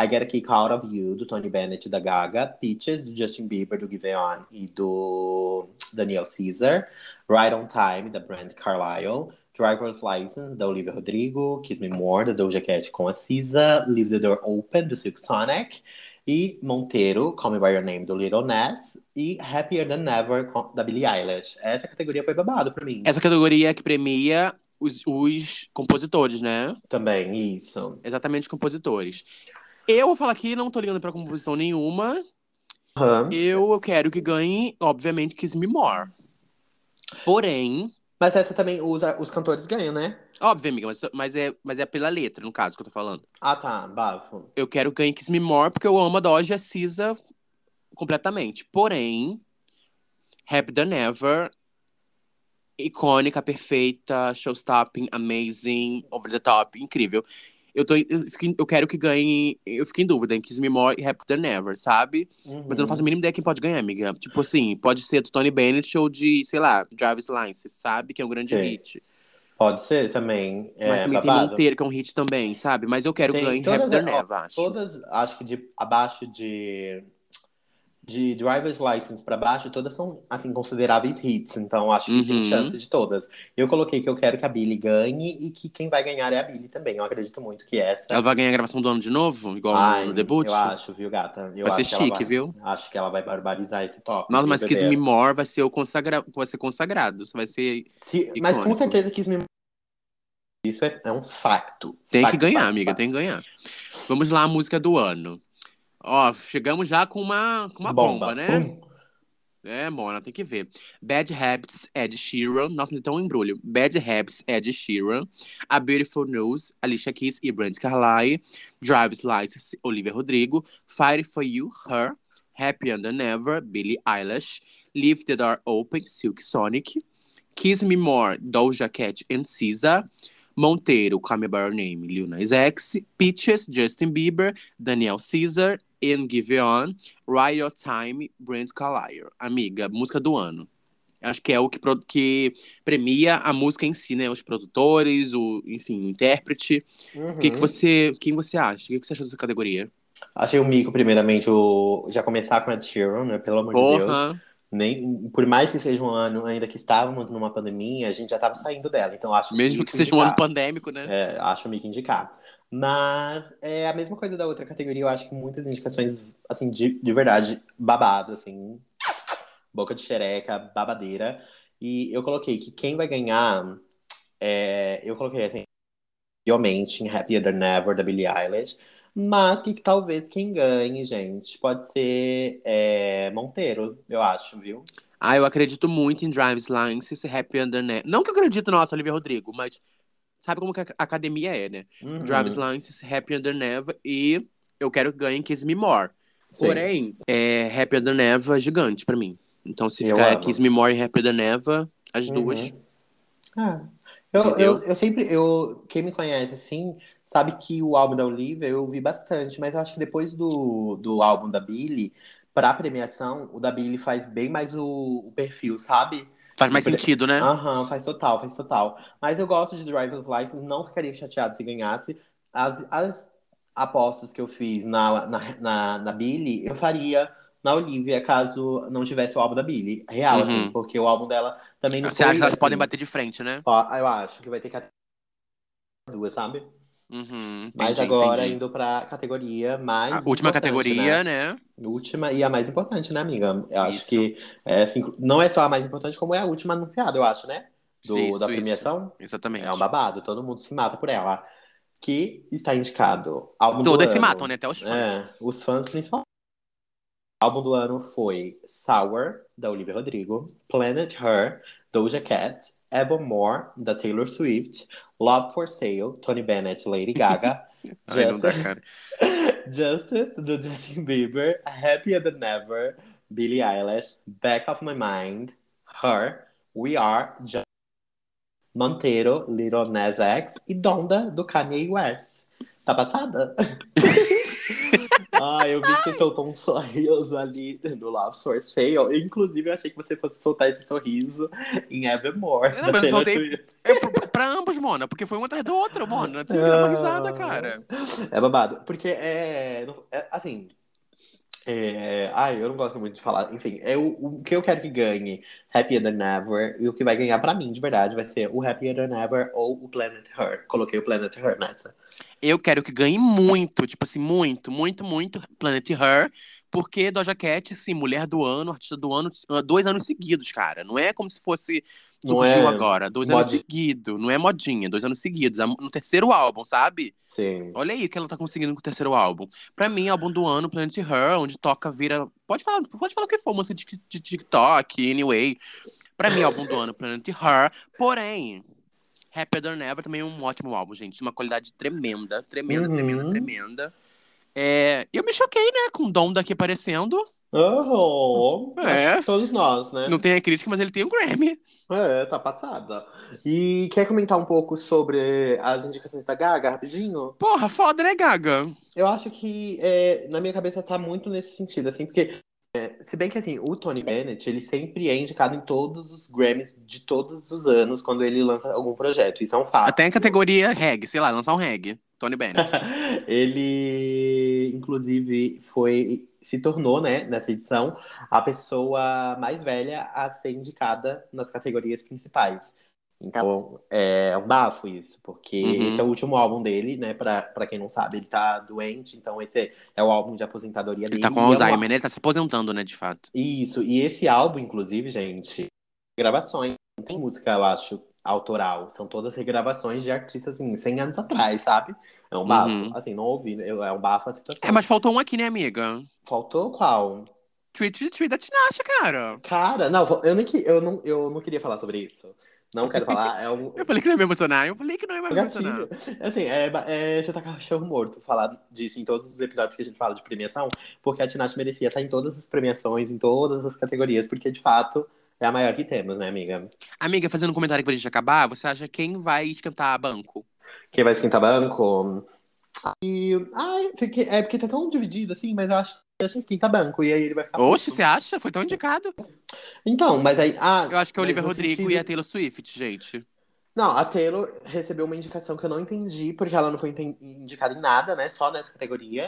Speaker 2: I Get a Kick Out of You, do Tony Bennett e da Gaga. Peaches, do Justin Bieber, do Giveon e do Daniel Caesar. Right on Time, da Brand Carlisle. Driver's License, da Olivia Rodrigo. Kiss Me More, da Doja Cat com a Cisa. Leave the Door Open, do Silk Sonic. E Monteiro, Call Me By Your Name, do Little Nas. E Happier Than Never, com- da Billie Eilish. Essa categoria foi babado pra mim.
Speaker 1: Essa categoria que premia os, os compositores, né?
Speaker 2: Também, isso.
Speaker 1: Exatamente os compositores. Eu vou falar aqui, não tô ligando pra composição nenhuma.
Speaker 2: Aham.
Speaker 1: Eu quero que ganhe, obviamente, Kiss Me More. Porém,
Speaker 2: Mas essa também, os, os cantores ganham, né?
Speaker 1: óbvio, amiga, mas, mas é, mas é pela letra, no caso, que eu tô falando.
Speaker 2: Ah, tá, bafo.
Speaker 1: Eu quero que ganhe Kiss Me More, porque eu amo a Doja Cisa completamente. Porém, Happy Than Ever, icônica, perfeita, showstopping, amazing, over the top, incrível. Eu, tô, eu, fiquei- eu quero que ganhe. Eu fiquei em dúvida em Kiss Me More e Happy Than Ever, sabe?
Speaker 2: Uhum.
Speaker 1: Mas eu não faço a mínima ideia quem pode ganhar, amiga. Tipo assim, pode ser do Tony Bennett ou de, sei lá, Jarvis Line. Você sabe que é um grande
Speaker 2: Sim.
Speaker 1: hit.
Speaker 2: Pode ser também. É,
Speaker 1: Mas também tem
Speaker 2: babado.
Speaker 1: Monteiro, que é um hit também, sabe? Mas eu quero
Speaker 2: Tem
Speaker 1: ganhar
Speaker 2: todas
Speaker 1: Rap da
Speaker 2: as-
Speaker 1: Neva, acho.
Speaker 2: Todas, acho que de abaixo de. De driver's license pra baixo, todas são, assim, consideráveis hits. Então, acho que
Speaker 1: Uhum.
Speaker 2: tem chance de todas. Eu coloquei que eu quero que a Billy ganhe e que quem vai ganhar é a Billy também. Eu acredito muito que essa.
Speaker 1: Ela vai ganhar a gravação do ano de novo, igual
Speaker 2: Ai,
Speaker 1: Tá no debut?
Speaker 2: Eu acho, viu, gata? Eu
Speaker 1: Vai ser
Speaker 2: acho que ela
Speaker 1: chique, viu?
Speaker 2: Acho que ela vai barbarizar esse top.
Speaker 1: Nossa,
Speaker 2: viu,
Speaker 1: mas Kiss
Speaker 2: bebê?
Speaker 1: Me More vai ser, o consagra... vai ser consagrado. Isso vai ser.
Speaker 2: Se- Mas com
Speaker 1: icônico.
Speaker 2: certeza Kiss Me. Isso é, é um facto.
Speaker 1: Tem que
Speaker 2: Facto,
Speaker 1: ganhar,
Speaker 2: facto,
Speaker 1: amiga,
Speaker 2: facto.
Speaker 1: tem que ganhar. Vamos lá, a música do ano. Ó, chegamos já com uma, com uma bomba, né?
Speaker 2: Pum.
Speaker 1: É, Mona, tem que ver. Bad Habits, Ed Sheeran. Nossa, me deu um embrulho. Bad Habits, Ed Sheeran. A Beautiful News, Alicia Keys e Brand Carlyle. Drive's License, Olivia Rodrigo. Fire For You, Her. Happier Than Ever, Billie Eilish. Leave The Door Open, Silk Sonic. Kiss Me More, Doja Cat and SZA. Monteiro, Call Me By Your Name, Lil Nas X. Peaches, Justin Bieber, Daniel Caesar and Giveon. Ride Your Time, Brand Carlyle. Amiga, música do ano. Acho que é o que, pro- que premia a música em si, né? Os produtores, o, enfim, o intérprete. O que, que
Speaker 2: Uhum.
Speaker 1: você. Quem você acha? O que, que você achou dessa categoria?
Speaker 2: Achei o mico, primeiramente, o... já começar com a Sheeran, né? Pelo amor de Deus.
Speaker 1: Porra!
Speaker 2: Nem... Por mais que seja um ano, ainda que estávamos numa pandemia, a gente já estava saindo dela. Então, acho
Speaker 1: Mesmo
Speaker 2: mico
Speaker 1: que seja um ano
Speaker 2: indicar.
Speaker 1: pandêmico, né?
Speaker 2: É, acho mico indicar. Mas é a mesma coisa da outra categoria. Eu acho que muitas indicações, assim, de, de verdade, babado, assim. Boca de xereca, babadeira. E eu coloquei que quem vai ganhar... é, eu coloquei, assim, realmente em Happier Than Ever, da Billie Eilish. Mas que talvez quem ganhe, gente, pode ser é, Monteiro, eu acho, viu?
Speaker 1: Ah, eu acredito muito em Drives Lines, esse Happy Under Net. Não que eu acredito, nossa, Olivia Rodrigo, mas. Sabe como que a academia é, né?
Speaker 2: Uhum.
Speaker 1: Drive Slances, Happier Than Ever e Eu Quero que Ganhe Kiss Me More.
Speaker 2: Sim.
Speaker 1: Porém, é, Happier Than Ever é gigante pra mim. Então se
Speaker 2: Eu
Speaker 1: ficar
Speaker 2: amo. Uhum.
Speaker 1: Kiss Me More e Happier Than Ever, as duas.
Speaker 2: Ah, eu,
Speaker 1: Entendeu?
Speaker 2: eu, eu sempre, eu, quem me conhece assim, sabe que o álbum da Olivia eu ouvi bastante, mas eu acho que depois do, do álbum da Billie, pra premiação, o da Billie faz bem mais o, o perfil, sabe?
Speaker 1: Faz mais
Speaker 2: Por-
Speaker 1: sentido, né?
Speaker 2: Aham, faz total, faz total. Mas eu gosto de Driver's License, não ficaria chateado se ganhasse. As, as apostas que eu fiz na, na, na, na Billie, eu faria na Olivia, caso não tivesse o álbum da Billie. Real, assim,
Speaker 1: Uhum.
Speaker 2: porque o álbum dela também não
Speaker 1: Você
Speaker 2: foi,
Speaker 1: acha que elas
Speaker 2: assim,
Speaker 1: podem bater de frente, né?
Speaker 2: Ó, eu acho que vai ter que as duas, sabe?
Speaker 1: Uhum,
Speaker 2: Mas
Speaker 1: entendi,
Speaker 2: agora
Speaker 1: entendi.
Speaker 2: indo pra categoria mais.
Speaker 1: A última
Speaker 2: importante,
Speaker 1: categoria,
Speaker 2: Né?
Speaker 1: né?
Speaker 2: Última e a mais importante, né, amiga? Eu acho
Speaker 1: Isso.
Speaker 2: que é, assim, não é só a mais importante, como é a última anunciada, eu acho, né? Do,
Speaker 1: Isso, isso.
Speaker 2: da premiação.
Speaker 1: Exatamente.
Speaker 2: É um babado, todo mundo se mata por ela. Que está indicado. Álbum do
Speaker 1: Todas se
Speaker 2: ano.
Speaker 1: matam, né? Até os fãs.
Speaker 2: É, os fãs principalmente. O álbum do ano foi Sour, da Olivia Rodrigo, Planet Her, Doja Cat, Evermore, da Taylor Swift, Love for Sale, Tony Bennett, Lady Gaga,
Speaker 1: Ai, não dá,
Speaker 2: Justice,
Speaker 1: cara. <laughs>
Speaker 2: Justice, do Justin Bieber, Happier Than Ever, Billie Eilish, Back of My Mind, Her, We Are, Just Monteiro, Little Nas X e Donda, do Kanye West. Tá passada? <laughs> ah, eu vi que você soltou um sorriso ali do Love for Sale. Inclusive, eu achei que você fosse soltar esse sorriso em Evermore.
Speaker 1: Não,
Speaker 2: da
Speaker 1: mas eu
Speaker 2: Taylor
Speaker 1: soltei-
Speaker 2: Swift.
Speaker 1: É pra, pra ambos, Mona, porque foi um atrás do outro, Mona. Tem que dar uma risada, cara.
Speaker 2: Ah. É babado. Porque é. não- é, assim. É, ai, eu não gosto muito de falar. Enfim, é o, o que eu quero que ganhe Happier Than Ever. E o que vai ganhar pra mim, de verdade, vai ser o Happier Than Ever ou o Planet Her. Coloquei o Planet Her nessa.
Speaker 1: Eu quero que ganhe muito, tipo assim, muito, muito, muito Planet Her, porque Doja Cat, sim, mulher do ano, artista do ano, ah, dois anos seguidos, cara. Não é como se fosse
Speaker 2: Não
Speaker 1: surgiu
Speaker 2: é
Speaker 1: agora, dois anos
Speaker 2: modinha.
Speaker 1: seguidos. Não é modinha, dois anos seguidos, é no terceiro álbum, sabe?
Speaker 2: Sim.
Speaker 1: Olha aí o que ela tá conseguindo com o terceiro álbum. Pra mim, álbum do ano, Planet Her, onde toca, vira. Pode falar, pode falar o que for, música de, de TikTok, anyway. Pra mim, álbum do ano, Planet Her. Porém, Happier Than Ever também é um ótimo álbum, gente. Uma qualidade tremenda, tremenda,
Speaker 2: Uhum.
Speaker 1: tremenda, tremenda. É, eu me choquei, né, com o Dom daqui aparecendo.
Speaker 2: Aham.
Speaker 1: É.
Speaker 2: Acho que todos nós, né?
Speaker 1: Não tem a crítica, mas ele tem o Grammy.
Speaker 2: É, tá passada. E quer comentar um pouco sobre as indicações da Gaga, rapidinho?
Speaker 1: Porra, foda, né, Gaga?
Speaker 2: Eu acho que é, na minha cabeça tá muito nesse sentido, assim, porque é, se bem que assim, o Tony Bennett, ele sempre é indicado em todos os Grammys de todos os anos quando ele lança algum projeto. Isso é um fato.
Speaker 1: Até em categoria reggae, sei lá, lançar um reggae. Tony Bennett.
Speaker 2: <laughs> Ele, inclusive, foi se tornou, né, nessa edição, a pessoa mais velha a ser indicada nas categorias principais. Então, é um bafo isso, porque
Speaker 1: Uhum.
Speaker 2: esse é o último álbum dele, né? Pra, pra quem não sabe, ele tá doente, então esse é o álbum de aposentadoria
Speaker 1: Ele
Speaker 2: dele.
Speaker 1: tá com
Speaker 2: E é um
Speaker 1: Alzheimer, né? Ele tá se aposentando, né, de fato.
Speaker 2: isso, e esse álbum, inclusive, gente, gravações. Não tem música, eu acho, autoral. São todas regravações de artistas, assim, 100 anos atrás, sabe? É um bafo.
Speaker 1: Uhum.
Speaker 2: Assim, não ouvi, né? é um bafo a situação.
Speaker 1: É, mas faltou um aqui, né, amiga?
Speaker 2: Faltou qual?
Speaker 1: Tweet, tweet da Tinashe, cara.
Speaker 2: Cara, não, eu, nem, que- eu, não, eu não queria falar sobre isso. Não quero falar,
Speaker 1: <laughs>
Speaker 2: é um...
Speaker 1: Eu falei que não ia me emocionar. Eu falei que não ia me emocionar.
Speaker 2: gatilho. Assim, é, ba- é já tá cachorro morto falar disso em todos os episódios que a gente fala de premiação, porque a Tinashe merecia estar em todas as premiações, em todas as categorias, porque de fato é a maior que temos, né, amiga?
Speaker 1: Amiga, fazendo um comentário pra gente acabar, você acha quem vai esquentar banco?
Speaker 2: Quem vai esquentar banco? E, ai, fiquei- é porque tá tão dividido assim, mas eu acho que acho esquenta banco. E aí ele vai ficar.
Speaker 1: Oxe,
Speaker 2: puto.
Speaker 1: você acha? Foi tão indicado.
Speaker 2: Então, mas aí. Ah,
Speaker 1: Eu acho que é o
Speaker 2: mas
Speaker 1: Olivia
Speaker 2: no
Speaker 1: Rodrigo
Speaker 2: sentido-
Speaker 1: e a Taylor Swift, gente.
Speaker 2: Não, a Taylor recebeu uma indicação que eu não entendi, porque ela não foi enten- indicada em nada, né? Só nessa categoria.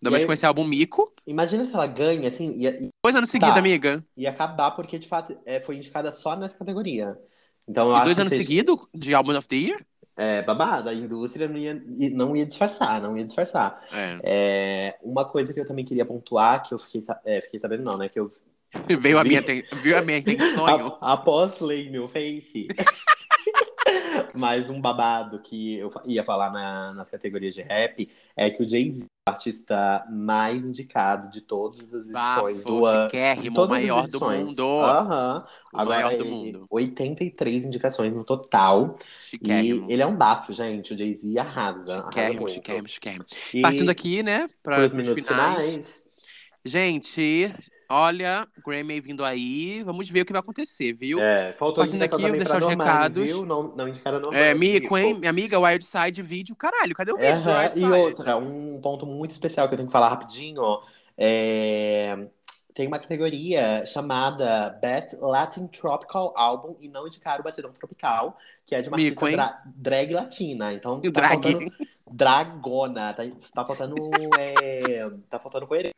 Speaker 1: Ainda
Speaker 2: E
Speaker 1: mais
Speaker 2: aí-
Speaker 1: com esse álbum Mico.
Speaker 2: Imagina se ela ganha, assim, e, e,
Speaker 1: Dois anos seguidos,
Speaker 2: Tá.
Speaker 1: amiga.
Speaker 2: e acabar, porque de fato é, foi indicada só nessa categoria. Então eu
Speaker 1: E
Speaker 2: acho
Speaker 1: dois
Speaker 2: que
Speaker 1: anos
Speaker 2: seja-
Speaker 1: seguidos de álbum of the Year.
Speaker 2: é babada, a indústria não ia, não ia disfarçar, não ia disfarçar.
Speaker 1: É. <laughs>
Speaker 2: É, uma coisa que eu também queria pontuar, que eu fiquei, sa- é, fiquei sabendo, não, né? Que eu,
Speaker 1: Veio a
Speaker 2: Vi.
Speaker 1: minha, ten... Viu a minha intenção.
Speaker 2: <laughs> a, após ler meu face, <laughs> mais um babado que eu fa- ia falar na- nas categorias de rap é que o Jay-Z artista mais indicado de todas as
Speaker 1: Ah,
Speaker 2: edições
Speaker 1: Bafo,
Speaker 2: do ano.
Speaker 1: chiquérrimo,
Speaker 2: todas as Ah,
Speaker 1: maior do
Speaker 2: edições.
Speaker 1: mundo.
Speaker 2: Aham.
Speaker 1: O
Speaker 2: Agora
Speaker 1: maior do
Speaker 2: ele-
Speaker 1: mundo.
Speaker 2: 83 indicações no total.
Speaker 1: Chiquérrimo.
Speaker 2: E ele é um bafo, gente. O Jay-Z arrasa. arrasa
Speaker 1: Chiquérrimo,
Speaker 2: muito.
Speaker 1: chiquérrimo, chiquérrimo.
Speaker 2: E
Speaker 1: Partindo aqui, né, para os
Speaker 2: pros
Speaker 1: finais.
Speaker 2: minutos finais.
Speaker 1: Gente, olha, Grammy vindo aí. Vamos ver o que vai acontecer, viu?
Speaker 2: É, faltou
Speaker 1: Partindo
Speaker 2: indicação
Speaker 1: aqui,
Speaker 2: também
Speaker 1: deixar
Speaker 2: pra
Speaker 1: os
Speaker 2: Normani,
Speaker 1: recados.
Speaker 2: viu? Não, não indicaram Normani.
Speaker 1: É, Mico,
Speaker 2: Mico.
Speaker 1: hein? Minha amiga, Wildside vídeo. Caralho, cadê o vídeo do
Speaker 2: Aham,
Speaker 1: Wildside?
Speaker 2: E outra, um ponto muito especial que eu tenho que falar rapidinho. é, Tem uma categoria chamada Best Latin Tropical Album e não indicaram o Batidão Tropical, que é de uma
Speaker 1: Mico,
Speaker 2: artista
Speaker 1: hein?
Speaker 2: dra- drag latina. Então,
Speaker 1: E o
Speaker 2: tá
Speaker 1: drag.
Speaker 2: faltando dragona, tá, tá faltando é, tá faltando coerência,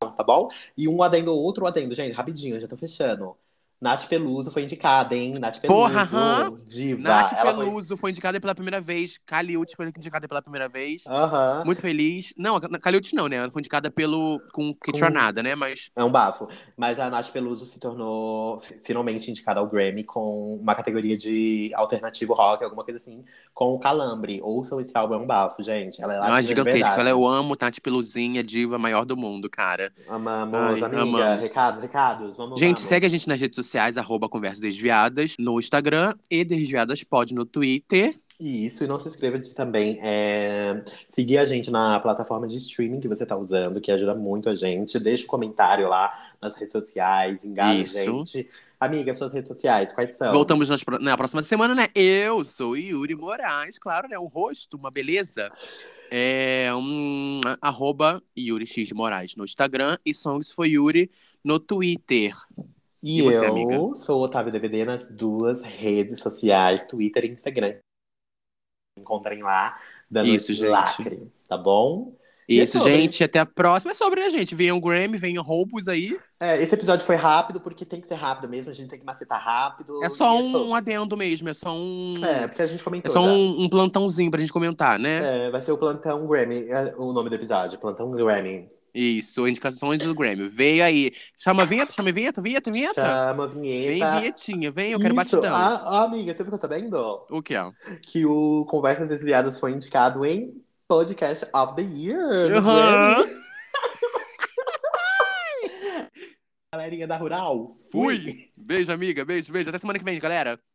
Speaker 2: tá bom? E um adendo, outro adendo, gente, rapidinho, já tô fechando. Nath Peluso foi indicada, hein? Nath Peluso,
Speaker 1: Porra, aham.
Speaker 2: diva.
Speaker 1: Nath
Speaker 2: Ela foi-
Speaker 1: Peluso foi... indicada pela primeira vez. Caliute foi indicada pela primeira vez.
Speaker 2: Aham.
Speaker 1: Muito feliz. Não, a Caliute não, né? Ela foi indicada pelo. com questionada, né? Mas.
Speaker 2: É um bafo. Mas a Nath Peluso se tornou fi- finalmente indicada ao Grammy com uma categoria de alternativo rock, alguma coisa assim, com o Calambre. Ouçam esse álbum, é um bafo, gente. Ela é
Speaker 1: Ela é
Speaker 2: latina de
Speaker 1: gigantesca.
Speaker 2: verdade.
Speaker 1: Ela eu amo Tati Peluzinha, diva maior do mundo, cara.
Speaker 2: Amamos,
Speaker 1: Ai,
Speaker 2: amiga.
Speaker 1: amamos.
Speaker 2: Recados, recados. Vamos
Speaker 1: Gente, é
Speaker 2: vamos.
Speaker 1: segue a gente nas redes sociais, arroba Conversas Desviadas, no Instagram e Desviadas Pod no Twitter.
Speaker 2: E Isso, e não se inscreva de também. É... Seguir a gente na plataforma de streaming que você está usando, que ajuda muito a gente. Deixa um comentário lá nas redes sociais, engaja a
Speaker 1: Isso.
Speaker 2: gente. Amiga, suas redes sociais, quais são?
Speaker 1: Voltamos nas pro- na próxima semana, né? Eu sou Yuri Moraes, claro, né? Um rosto, uma beleza. É um arroba Yuri X de Moraes no Instagram e Songs for Yuri no Twitter.
Speaker 2: E,
Speaker 1: E você,
Speaker 2: eu
Speaker 1: amiga?
Speaker 2: sou o Otávio DVD nas duas redes sociais, Twitter e Instagram. Encontrem lá, dando
Speaker 1: Isso, gente.
Speaker 2: lacre, tá bom? E é
Speaker 1: Isso,
Speaker 2: sobre.
Speaker 1: gente. Até a próxima. É sobre, né, gente? Venham Grammy, venham roubos aí.
Speaker 2: É, esse episódio foi rápido, porque tem que ser rápido mesmo, a gente tem que macetar rápido.
Speaker 1: É só
Speaker 2: e sobre.
Speaker 1: um adendo mesmo, é só um.
Speaker 2: É, porque a gente
Speaker 1: É
Speaker 2: comentou
Speaker 1: só
Speaker 2: já.
Speaker 1: um, um plantãozinho pra gente comentar, né?
Speaker 2: É, vai ser o Plantão Grammy, é o nome do episódio, Plantão Grammy.
Speaker 1: Isso, indicações do Grammy. Veio aí. Chama a vinheta, chama a vinheta, vinheta, vinheta.
Speaker 2: Chama a
Speaker 1: Vem
Speaker 2: vinheta.
Speaker 1: vinhetinha, vem, eu quero
Speaker 2: Isso.
Speaker 1: batidão.
Speaker 2: Ah, ah, amiga, você ficou sabendo
Speaker 1: O que, ó?
Speaker 2: que o Conversas Desviadas foi indicado em Podcast of the Year no Grammy?
Speaker 1: Aham.
Speaker 2: Galerinha da Rural,
Speaker 1: Fui. Beijo, amiga. Beijo, beijo. Até semana que vem, galera.